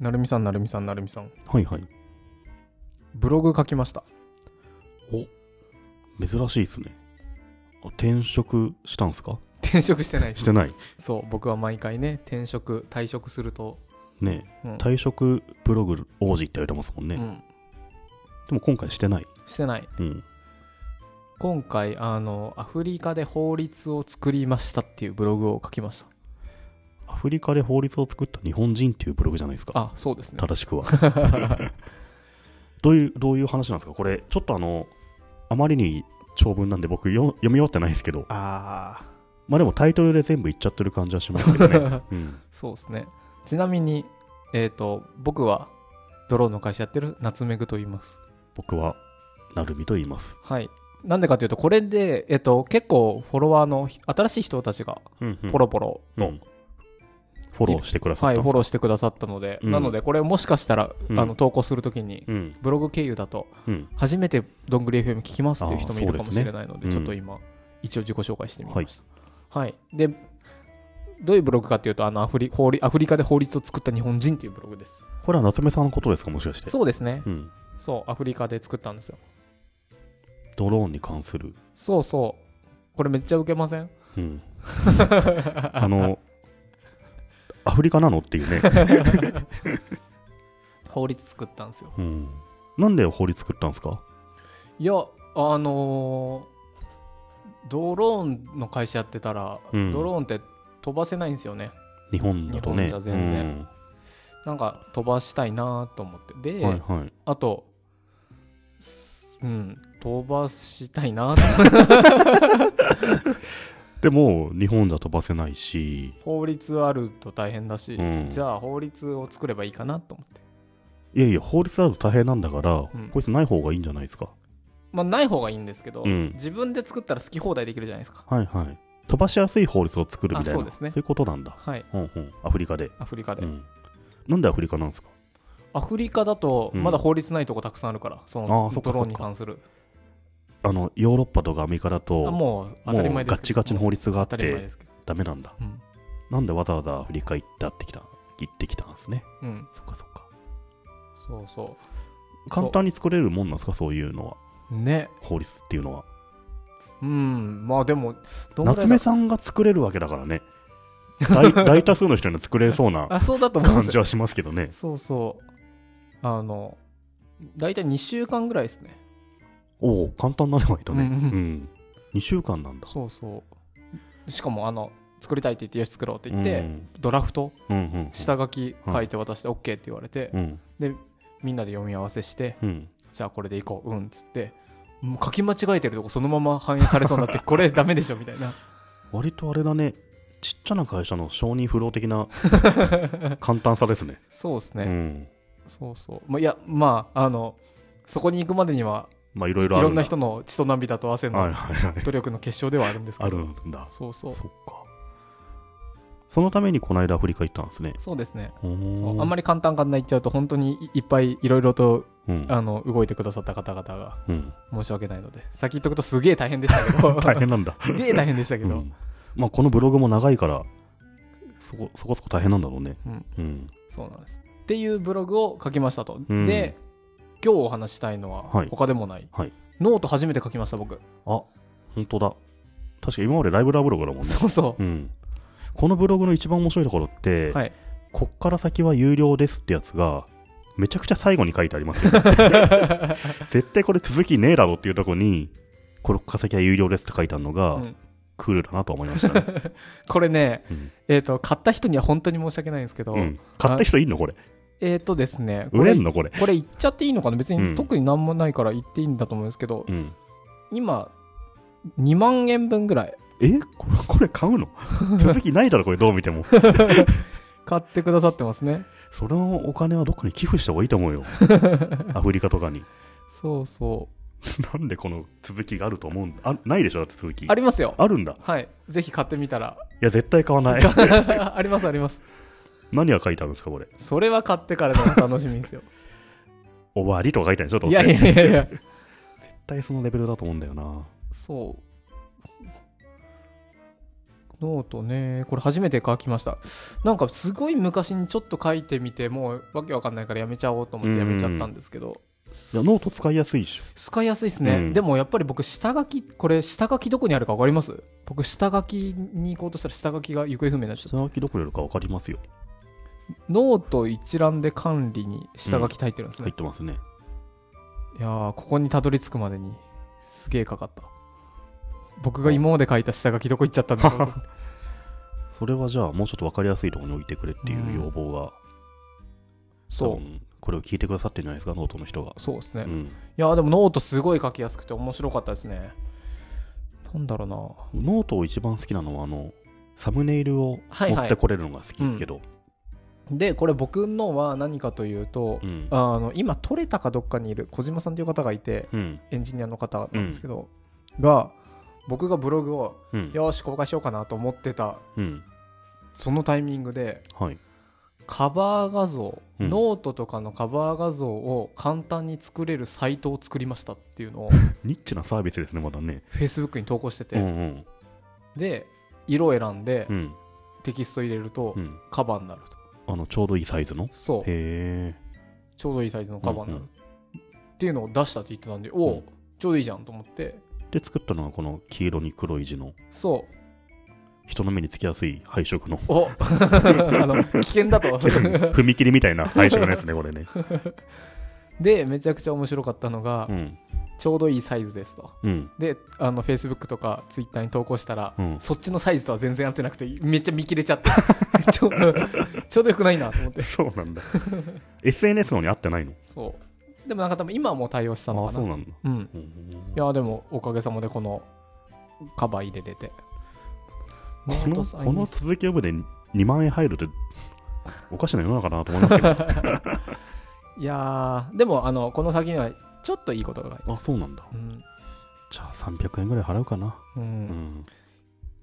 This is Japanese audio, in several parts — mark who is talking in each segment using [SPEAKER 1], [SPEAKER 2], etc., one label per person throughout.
[SPEAKER 1] なるみさんなるみさんなるみさん
[SPEAKER 2] はいはい。
[SPEAKER 1] ブログ書きました
[SPEAKER 2] 珍しいですね。あ転職したんすか
[SPEAKER 1] 転職してない
[SPEAKER 2] してない。
[SPEAKER 1] そう僕は毎回ね転職退職すると、
[SPEAKER 2] ね
[SPEAKER 1] うん
[SPEAKER 2] え退職ブログ王子って言われてますもんね。
[SPEAKER 1] うん
[SPEAKER 2] でも今回してない。
[SPEAKER 1] してない
[SPEAKER 2] うん。
[SPEAKER 1] 今回あのアフリカで法律を作りましたっていうブログを書きました
[SPEAKER 2] アフリカで法律を作った日本人っていうブログじゃないですか。
[SPEAKER 1] あそうですね
[SPEAKER 2] 正しくは。 どういう、どういう話なんですかこれ、ちょっとあの、あまりに長文なんで僕よ読み終わってないんですけど、
[SPEAKER 1] ああ
[SPEAKER 2] まあでもタイトルで全部言っちゃってる感じはしますけど ね。うん。
[SPEAKER 1] そうですねちなみにえっ、と僕はドローンの会社やってる夏目ぐと言います
[SPEAKER 2] 僕は、なるみと言います。
[SPEAKER 1] はいなんでかというとこれで、えっと結構フォロワーの新しい人たちが
[SPEAKER 2] うん、
[SPEAKER 1] ポロポロ、
[SPEAKER 2] うんフォローしてくださ
[SPEAKER 1] は
[SPEAKER 2] っ
[SPEAKER 1] い、
[SPEAKER 2] た
[SPEAKER 1] フォ
[SPEAKER 2] んですか、
[SPEAKER 1] ローしてくださったので、
[SPEAKER 2] うん
[SPEAKER 1] なのでこれもしかしたら、
[SPEAKER 2] うん
[SPEAKER 1] あの投稿するときに
[SPEAKER 2] うん
[SPEAKER 1] ブログ経由だと
[SPEAKER 2] うん
[SPEAKER 1] 初めてどんぐり FM 聞きますっていう人もいるか
[SPEAKER 2] あー
[SPEAKER 1] も
[SPEAKER 2] そう
[SPEAKER 1] し
[SPEAKER 2] です
[SPEAKER 1] れ
[SPEAKER 2] ね
[SPEAKER 1] ないので
[SPEAKER 2] うん
[SPEAKER 1] ちょっと今、一応自己紹介してみました、はいでどういうブログかっていうとあのアフリ法律アフリカで法律を作った日本人っていうブログです
[SPEAKER 2] これは夏目さんのことですかもしかして
[SPEAKER 1] そうですね、
[SPEAKER 2] ん、
[SPEAKER 1] そうアフリカで作ったんですよ
[SPEAKER 2] ドローンに関する、
[SPEAKER 1] そうそうこれめっちゃウケません
[SPEAKER 2] うん あのアフリカなのっていうね、
[SPEAKER 1] 法律作ったんですよ
[SPEAKER 2] うん、なんで法律作ったんですか
[SPEAKER 1] いやあのードローンの会社やってたら、
[SPEAKER 2] うん
[SPEAKER 1] ドローンって飛ばせないんですよね
[SPEAKER 2] 日本だとね
[SPEAKER 1] 日本じゃ全然なんか飛ばしたいなと思って
[SPEAKER 2] う
[SPEAKER 1] で、
[SPEAKER 2] んはいはい
[SPEAKER 1] あとすうん飛ばしたいな
[SPEAKER 2] でも日本じゃ飛ばせないし
[SPEAKER 1] 法律あると大変だし、
[SPEAKER 2] うん
[SPEAKER 1] じゃあ法律を作ればいいかなと思って
[SPEAKER 2] いやいや法律だと大変なんだから、
[SPEAKER 1] ん
[SPEAKER 2] 法律ない方がいいんじゃないですか
[SPEAKER 1] まあない方がいいんですけど、
[SPEAKER 2] うん
[SPEAKER 1] 自分で作ったら好き放題できるじゃないですか
[SPEAKER 2] はいはい飛ばしやすい法律を作るみたい
[SPEAKER 1] あ
[SPEAKER 2] な
[SPEAKER 1] そうですね
[SPEAKER 2] いうことなんだ、
[SPEAKER 1] はい
[SPEAKER 2] うんうん、アフリカで、
[SPEAKER 1] アフリカで、
[SPEAKER 2] うん、なんでアフリカなんですか
[SPEAKER 1] アフリカだと
[SPEAKER 2] うん
[SPEAKER 1] まだ法律ないとこたくさんあるから、そ
[SPEAKER 2] あ
[SPEAKER 1] の
[SPEAKER 2] ーそっか
[SPEAKER 1] ドローン
[SPEAKER 2] そ
[SPEAKER 1] に
[SPEAKER 2] っか
[SPEAKER 1] 関する
[SPEAKER 2] あのヨーロッパとかアメリカだと
[SPEAKER 1] あもう当たり前です
[SPEAKER 2] ガチガチの
[SPEAKER 1] 律
[SPEAKER 2] 法律があ
[SPEAKER 1] 当
[SPEAKER 2] った
[SPEAKER 1] り前で
[SPEAKER 2] て
[SPEAKER 1] すけど、
[SPEAKER 2] ダメなんだ
[SPEAKER 1] うん
[SPEAKER 2] なんでわざわざアフリカ行ったってきた行ってきたんですね
[SPEAKER 1] うん、
[SPEAKER 2] そっかそっか
[SPEAKER 1] そうそ
[SPEAKER 2] 簡単に作れるもんなんですかそういうのは
[SPEAKER 1] うね
[SPEAKER 2] 法律っていうのは
[SPEAKER 1] うんまあでもどんぐらいだ
[SPEAKER 2] 夏目さんが作れるわけだからね大 大多数の人には作れそうな
[SPEAKER 1] あそうだと思うんで
[SPEAKER 2] 感
[SPEAKER 1] すよ
[SPEAKER 2] じはしますけどね
[SPEAKER 1] そうそう。あの、大体2週間ぐらいですね。
[SPEAKER 2] おお簡単なのがいたね
[SPEAKER 1] う
[SPEAKER 2] うんん、
[SPEAKER 1] うん
[SPEAKER 2] 2週間なんだ
[SPEAKER 1] そうそう。しかも、あの、作りたいって言って、よし、作ろうって言って、
[SPEAKER 2] うん
[SPEAKER 1] ドラフト、
[SPEAKER 2] うんうん
[SPEAKER 1] 下書き書いて渡して OK って言われて、
[SPEAKER 2] うん
[SPEAKER 1] みんなで読み合わせして、
[SPEAKER 2] うん
[SPEAKER 1] じゃあこれでいこう、うんっつって、もう書き間違えてるとこそのまま反映されそうに なって、これダメでしょみたいな。
[SPEAKER 2] 割とあれだねちっちゃな会社の承認不老的 な簡単さですね
[SPEAKER 1] そうですね。
[SPEAKER 2] うん
[SPEAKER 1] そうそう。まあ、いや、まあ、あの、そこに行くまでには、
[SPEAKER 2] まあいろい
[SPEAKER 1] い
[SPEAKER 2] ろあ
[SPEAKER 1] ろ
[SPEAKER 2] る
[SPEAKER 1] ん
[SPEAKER 2] ん
[SPEAKER 1] な
[SPEAKER 2] だ
[SPEAKER 1] 人の血と涙と汗
[SPEAKER 2] はい
[SPEAKER 1] の
[SPEAKER 2] はいはい
[SPEAKER 1] 努力の結晶ではあるんですけ
[SPEAKER 2] あ
[SPEAKER 1] ど。
[SPEAKER 2] るんだ
[SPEAKER 1] そうそう。
[SPEAKER 2] そっかそのためにこの間アフリカ行ったんですね
[SPEAKER 1] そうですね。そうあ
[SPEAKER 2] あ
[SPEAKER 1] んま
[SPEAKER 2] り
[SPEAKER 1] り簡単簡単言っちゃうと本当にいいっぱいいろいろと
[SPEAKER 2] うん、
[SPEAKER 1] あの動いてくださった方々が
[SPEAKER 2] うん、
[SPEAKER 1] 申し訳ないので先言っとくとすげえ大変でした けど
[SPEAKER 2] 大変なんだ、
[SPEAKER 1] すげえ大変でしたけ
[SPEAKER 2] う
[SPEAKER 1] ど、
[SPEAKER 2] んまあこのブログも長いからそこそこそこ大変なんだろうね
[SPEAKER 1] うん
[SPEAKER 2] うん
[SPEAKER 1] そうなんですっていうブログを書きましたと、
[SPEAKER 2] うん
[SPEAKER 1] で今日お話ししたいのは
[SPEAKER 2] はい
[SPEAKER 1] 他でもない、
[SPEAKER 2] はい
[SPEAKER 1] ノート初めて書きました僕
[SPEAKER 2] あ本当だ確か今までライブラブログだもんね
[SPEAKER 1] そうそう
[SPEAKER 2] う、んこのブログの一番面白いところって、
[SPEAKER 1] はい
[SPEAKER 2] こっから先は有料ですってやつがめちゃくちゃ最後に書いてありますよ、 ね、絶対これ続きねえだろっていうとこにこれから先は有料ですって書いてあるのが、
[SPEAKER 1] うん
[SPEAKER 2] クールだなと思いましたね、
[SPEAKER 1] これね、
[SPEAKER 2] うん
[SPEAKER 1] えっと買った人には本当に申し訳ないんですけど、
[SPEAKER 2] うん、買った人いんのこれ
[SPEAKER 1] えっ、とですねこ
[SPEAKER 2] 売
[SPEAKER 1] れ
[SPEAKER 2] れんのこれ、
[SPEAKER 1] これ言っちゃっていいのかな別
[SPEAKER 2] う
[SPEAKER 1] に
[SPEAKER 2] ん
[SPEAKER 1] 特に何もないから言っていいんだと思うんですけど、
[SPEAKER 2] うん、
[SPEAKER 1] 今2万円分ぐらい
[SPEAKER 2] えこれこれ買うの 続きないだろこれどう 見ても
[SPEAKER 1] 買ってくださってますね
[SPEAKER 2] それのお金はどっかに寄付した方がいい と思うよアフリカとかに
[SPEAKER 1] そうそう
[SPEAKER 2] なんでこの続きがあると思うんだあないでしょだって続き
[SPEAKER 1] ありますよ
[SPEAKER 2] あるんだい
[SPEAKER 1] はいぜひ買ってみたら
[SPEAKER 2] や絶対買わない
[SPEAKER 1] ありますあります
[SPEAKER 2] 何が書いてあるんですかこれ
[SPEAKER 1] それは買ってからのお楽しみですよ
[SPEAKER 2] 終わりとか書いてあるでしょどう
[SPEAKER 1] い
[SPEAKER 2] せ
[SPEAKER 1] やいやいやい や
[SPEAKER 2] 絶対そのレベルだと思うんだよな
[SPEAKER 1] そうノートねこれ初めて書きましたなんかすごい昔にちょっと書いてみてもうわけわかんないからやめちゃおうと思ってやめちゃったんですけど、
[SPEAKER 2] いやノート使いやすいでしょ。
[SPEAKER 1] 使いやすいですね、
[SPEAKER 2] うん
[SPEAKER 1] でもやっぱり僕下書きこれ下書きどこにあるかわかります僕下書きに行こうとしたら下書きが行方不明になっちゃっ
[SPEAKER 2] 下書きどこにあるか分かりますよ。
[SPEAKER 1] たノート一覧で管理に下書き入ってるんです
[SPEAKER 2] 入
[SPEAKER 1] ね
[SPEAKER 2] っ、てますね。
[SPEAKER 1] いやーここにたどり着くまでにすげえかかった僕が今まで書いた下書きどこ行っちゃったんだろうと
[SPEAKER 2] それはじゃあ、もうちょっと分かりやすいところに置いてくれっていう要望が、多
[SPEAKER 1] そう
[SPEAKER 2] 分これを聞いてくださってるんじゃないですか、ノートの人が。
[SPEAKER 1] そうですね、
[SPEAKER 2] う
[SPEAKER 1] い
[SPEAKER 2] ん、
[SPEAKER 1] やーでもノートすごい書きやすくて面白かったですねなんだろうな
[SPEAKER 2] ノートを一番好きなのは、あの、サムネイルを
[SPEAKER 1] はい
[SPEAKER 2] 持
[SPEAKER 1] はい
[SPEAKER 2] ってこれるのが好きですけど、
[SPEAKER 1] でこれ僕のは何かというと、
[SPEAKER 2] うん
[SPEAKER 1] あの今取れたかどっかにいる小島さんという方がいて、
[SPEAKER 2] うん、
[SPEAKER 1] エンジニアの方なんですけど、が僕がブログを
[SPEAKER 2] うん、
[SPEAKER 1] よーし公開しようかなと思ってた
[SPEAKER 2] うん、
[SPEAKER 1] そのタイミングで
[SPEAKER 2] はい。
[SPEAKER 1] カバー画像、
[SPEAKER 2] うん
[SPEAKER 1] ノートとかのカバー画像を簡単に作れるサイトを作りましたっていうの を
[SPEAKER 2] ニッチなサービスですね、まだね。
[SPEAKER 1] Facebook に投稿してて、
[SPEAKER 2] うんうん、
[SPEAKER 1] で色を選んで
[SPEAKER 2] うん、
[SPEAKER 1] テキスト入れると
[SPEAKER 2] うん。
[SPEAKER 1] カバーになると、
[SPEAKER 2] あの、ちょうどいいサイズの。
[SPEAKER 1] そう
[SPEAKER 2] へえ。
[SPEAKER 1] ちょうどいいサイズのカバーになる、
[SPEAKER 2] うん
[SPEAKER 1] っていうのを出したって言ってたんでおお、
[SPEAKER 2] うん
[SPEAKER 1] ちょうどいいじゃんと思って
[SPEAKER 2] で、作ったのがこの黄色に黒い字の、
[SPEAKER 1] そう
[SPEAKER 2] 人の目につきやすい配色の、
[SPEAKER 1] お あの危険だと
[SPEAKER 2] 踏切みたいな配色のやつね、これ ね。
[SPEAKER 1] でめちゃくちゃ面白かったのが、
[SPEAKER 2] うん、
[SPEAKER 1] ちょうどいいサイズですと。
[SPEAKER 2] うん、
[SPEAKER 1] で、あの、Facebook とか Twitter に投稿したら、
[SPEAKER 2] うん。
[SPEAKER 1] そっちのサイズとは全然合ってなくて、めっちゃ見切れちゃって、 ちょちょうどよくないなと思って。
[SPEAKER 2] そうなんだ。SNS のに合ってないの
[SPEAKER 1] そう。でもなんか多分今はもう対応したの
[SPEAKER 2] あ
[SPEAKER 1] かな。
[SPEAKER 2] そう
[SPEAKER 1] う
[SPEAKER 2] なんだ。
[SPEAKER 1] ん。いや、でもおかげさまでこのカバー入れれて。
[SPEAKER 2] こ
[SPEAKER 1] ノート
[SPEAKER 2] の
[SPEAKER 1] サイズ
[SPEAKER 2] この続き読むで2万円入るって、おかしな世の中だなと思いますけど。
[SPEAKER 1] いやー、でもあの、この先にはちょっといいことがある。
[SPEAKER 2] あ、そうなんだ。
[SPEAKER 1] うん。
[SPEAKER 2] じゃあ300円ぐらい払うかな。
[SPEAKER 1] う。
[SPEAKER 2] うんん。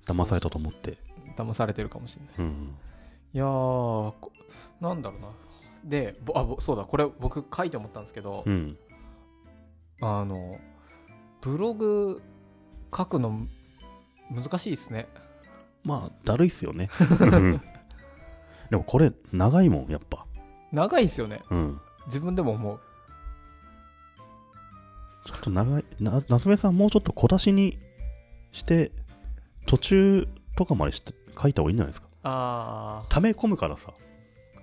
[SPEAKER 2] 騙されたと思って。
[SPEAKER 1] 騙されてるかもしれない。
[SPEAKER 2] うん。
[SPEAKER 1] いやー、こなんだろうな。で、ぼあ、ぼそうだ、これ僕書いて思ったんですけど、
[SPEAKER 2] うん。
[SPEAKER 1] あの、ブログ書くの難しいですね。
[SPEAKER 2] まあ、だるいっすよ ね。うんでもこれ、長いもん、やっぱ。
[SPEAKER 1] 長いですよね。
[SPEAKER 2] うん。
[SPEAKER 1] 自分でも思う。
[SPEAKER 2] ちょっと長い。な、夏目さん、もうちょっと小出しにして、途中とかまでして書いた方がいいんじゃないですか。
[SPEAKER 1] あ
[SPEAKER 2] 溜め込むからさ、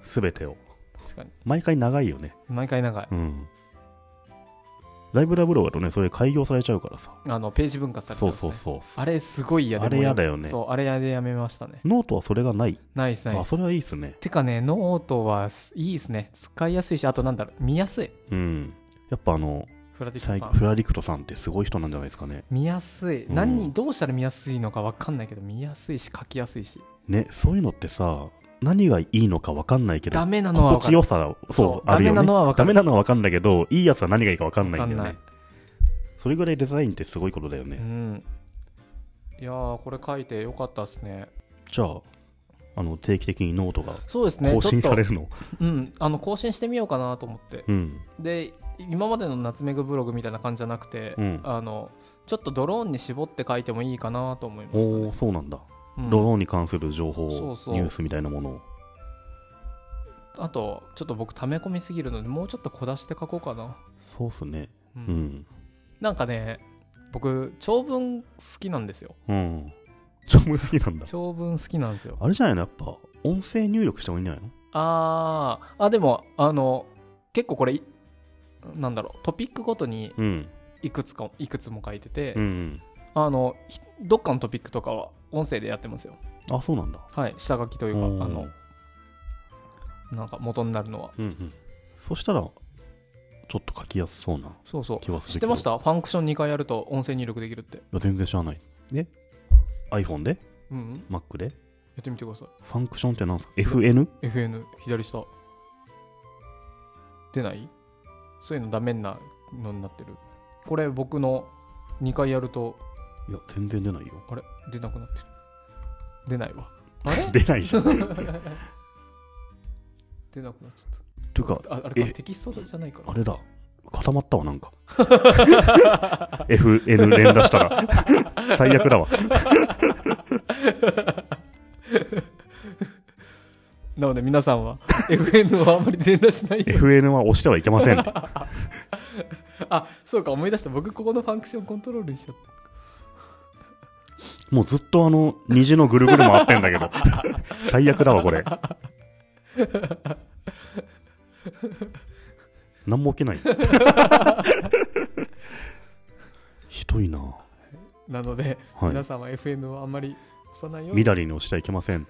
[SPEAKER 2] すべてを。
[SPEAKER 1] ー、確かに。
[SPEAKER 2] 毎回長いよね。
[SPEAKER 1] 毎回長い。
[SPEAKER 2] うん。ライブラブローだとね、それ開業されちゃうからさ。
[SPEAKER 1] あの、ページ分割されちゃ
[SPEAKER 2] そ
[SPEAKER 1] うん
[SPEAKER 2] う
[SPEAKER 1] です、
[SPEAKER 2] そ
[SPEAKER 1] ね。
[SPEAKER 2] うそう。
[SPEAKER 1] あれ、すごい嫌で
[SPEAKER 2] あれ
[SPEAKER 1] もうや
[SPEAKER 2] 嫌だよね
[SPEAKER 1] そう、あれ嫌でやめましたね。
[SPEAKER 2] ノートはそれがない。
[SPEAKER 1] ナイスナ
[SPEAKER 2] あ、
[SPEAKER 1] イス
[SPEAKER 2] そ。れはいいっすね。
[SPEAKER 1] てかね、ノートはすいいですね。使いやすいし、あとなんだろう、見やすい。
[SPEAKER 2] うん。やっぱあの、
[SPEAKER 1] フラティ
[SPEAKER 2] さ
[SPEAKER 1] クス
[SPEAKER 2] い
[SPEAKER 1] さん。
[SPEAKER 2] フラリクトさんってすごい人なんじゃないですかね。
[SPEAKER 1] 見やすい。
[SPEAKER 2] うん
[SPEAKER 1] 何、どうしたら見やすいのかわかんないけど、見やすいし、書きやすいし。
[SPEAKER 2] ね、そういうのってさ、何がいいのか分かんないけど
[SPEAKER 1] ダ、メなのは
[SPEAKER 2] 心
[SPEAKER 1] わか
[SPEAKER 2] 地
[SPEAKER 1] る
[SPEAKER 2] よ。さを、そう、
[SPEAKER 1] そう
[SPEAKER 2] あるよね。
[SPEAKER 1] ダメなのは分かる
[SPEAKER 2] ダメなのは分かんないけど、いいやつは何がいいか分かんないんだ
[SPEAKER 1] 分
[SPEAKER 2] よ
[SPEAKER 1] かん
[SPEAKER 2] ね。それぐらいデザインってすごいことだよね。
[SPEAKER 1] うん。いやー、これ書いてよかったですね。
[SPEAKER 2] じゃあ、あの、定期的にノートが
[SPEAKER 1] そうですね。
[SPEAKER 2] 更新
[SPEAKER 1] ちょ
[SPEAKER 2] さ
[SPEAKER 1] っ
[SPEAKER 2] れるの。
[SPEAKER 1] とうん、あの更新してみようかなと思って。
[SPEAKER 2] うん。
[SPEAKER 1] で、今までの夏目ぐブログみたいな感じじゃなくて、
[SPEAKER 2] うん
[SPEAKER 1] あの、ちょっとドローンに絞って書いてもいいかなと思いま
[SPEAKER 2] お
[SPEAKER 1] したね
[SPEAKER 2] ー、。そうなんだ。
[SPEAKER 1] うん
[SPEAKER 2] ドローンに関する情報、ニ
[SPEAKER 1] そうそう
[SPEAKER 2] ュースみたいなものを。
[SPEAKER 1] あと、ちょっと僕、溜め込みすぎるので、もうちょっと小出して書こうかな。
[SPEAKER 2] そうっすね。
[SPEAKER 1] う
[SPEAKER 2] うんん。
[SPEAKER 1] なんかね、僕、長文好きなんですよ。
[SPEAKER 2] うん。超好きなんだ。
[SPEAKER 1] 長文好きなんですよ。
[SPEAKER 2] あれじゃないのやっぱ、音声入力した方がいいんじゃないの
[SPEAKER 1] あー、あ、でも、あの、結構これ、いなんだろう、トピックごとに、
[SPEAKER 2] うん。
[SPEAKER 1] いくつかいくつも書いてて、
[SPEAKER 2] うん。
[SPEAKER 1] あのひどっかのトピックとかは音声でやってますよ
[SPEAKER 2] あ、そうなんだ。
[SPEAKER 1] はい下書きという
[SPEAKER 2] おー
[SPEAKER 1] かあのなんか元になるのは
[SPEAKER 2] うんうん。そしたら、ちょっと書きやすそうな
[SPEAKER 1] そうそう
[SPEAKER 2] 気はする
[SPEAKER 1] 知っ
[SPEAKER 2] けど。
[SPEAKER 1] てましたファンクション2回やると音声入力できるって
[SPEAKER 2] いや全然知らない。ね ?iPhone で
[SPEAKER 1] うんうん、や
[SPEAKER 2] ?Mac で
[SPEAKER 1] ってみてくださ
[SPEAKER 2] ファンクションってなんですか ?FN?
[SPEAKER 1] い FN 左下出ないそういうのダメなのになってるこれ僕の2回やると
[SPEAKER 2] いや、全然出ないよ。
[SPEAKER 1] あれ出なくなってる出ないわあ れ
[SPEAKER 2] 出な いじゃん。て
[SPEAKER 1] 出なくなっちゃっ
[SPEAKER 2] いうか、
[SPEAKER 1] たああれ
[SPEAKER 2] え
[SPEAKER 1] かテキストじゃないから
[SPEAKER 2] あれだ。固まったわ、な んか。FN 連打したら。最悪だわ。
[SPEAKER 1] なので皆さんは FN はあまり連打しないように
[SPEAKER 2] FN は押してはいけ ませんって。
[SPEAKER 1] あそうか思い出した僕ここのファンクションコントロールにしちゃっ
[SPEAKER 2] もうずっとあの、虹のぐるぐる回ってんだけど。最悪だわ、これ。なんも起きない。ひどいな。
[SPEAKER 1] たなので、
[SPEAKER 2] はい
[SPEAKER 1] 皆さんは FN をあんまり押さないように
[SPEAKER 2] 緑に押してはいけません。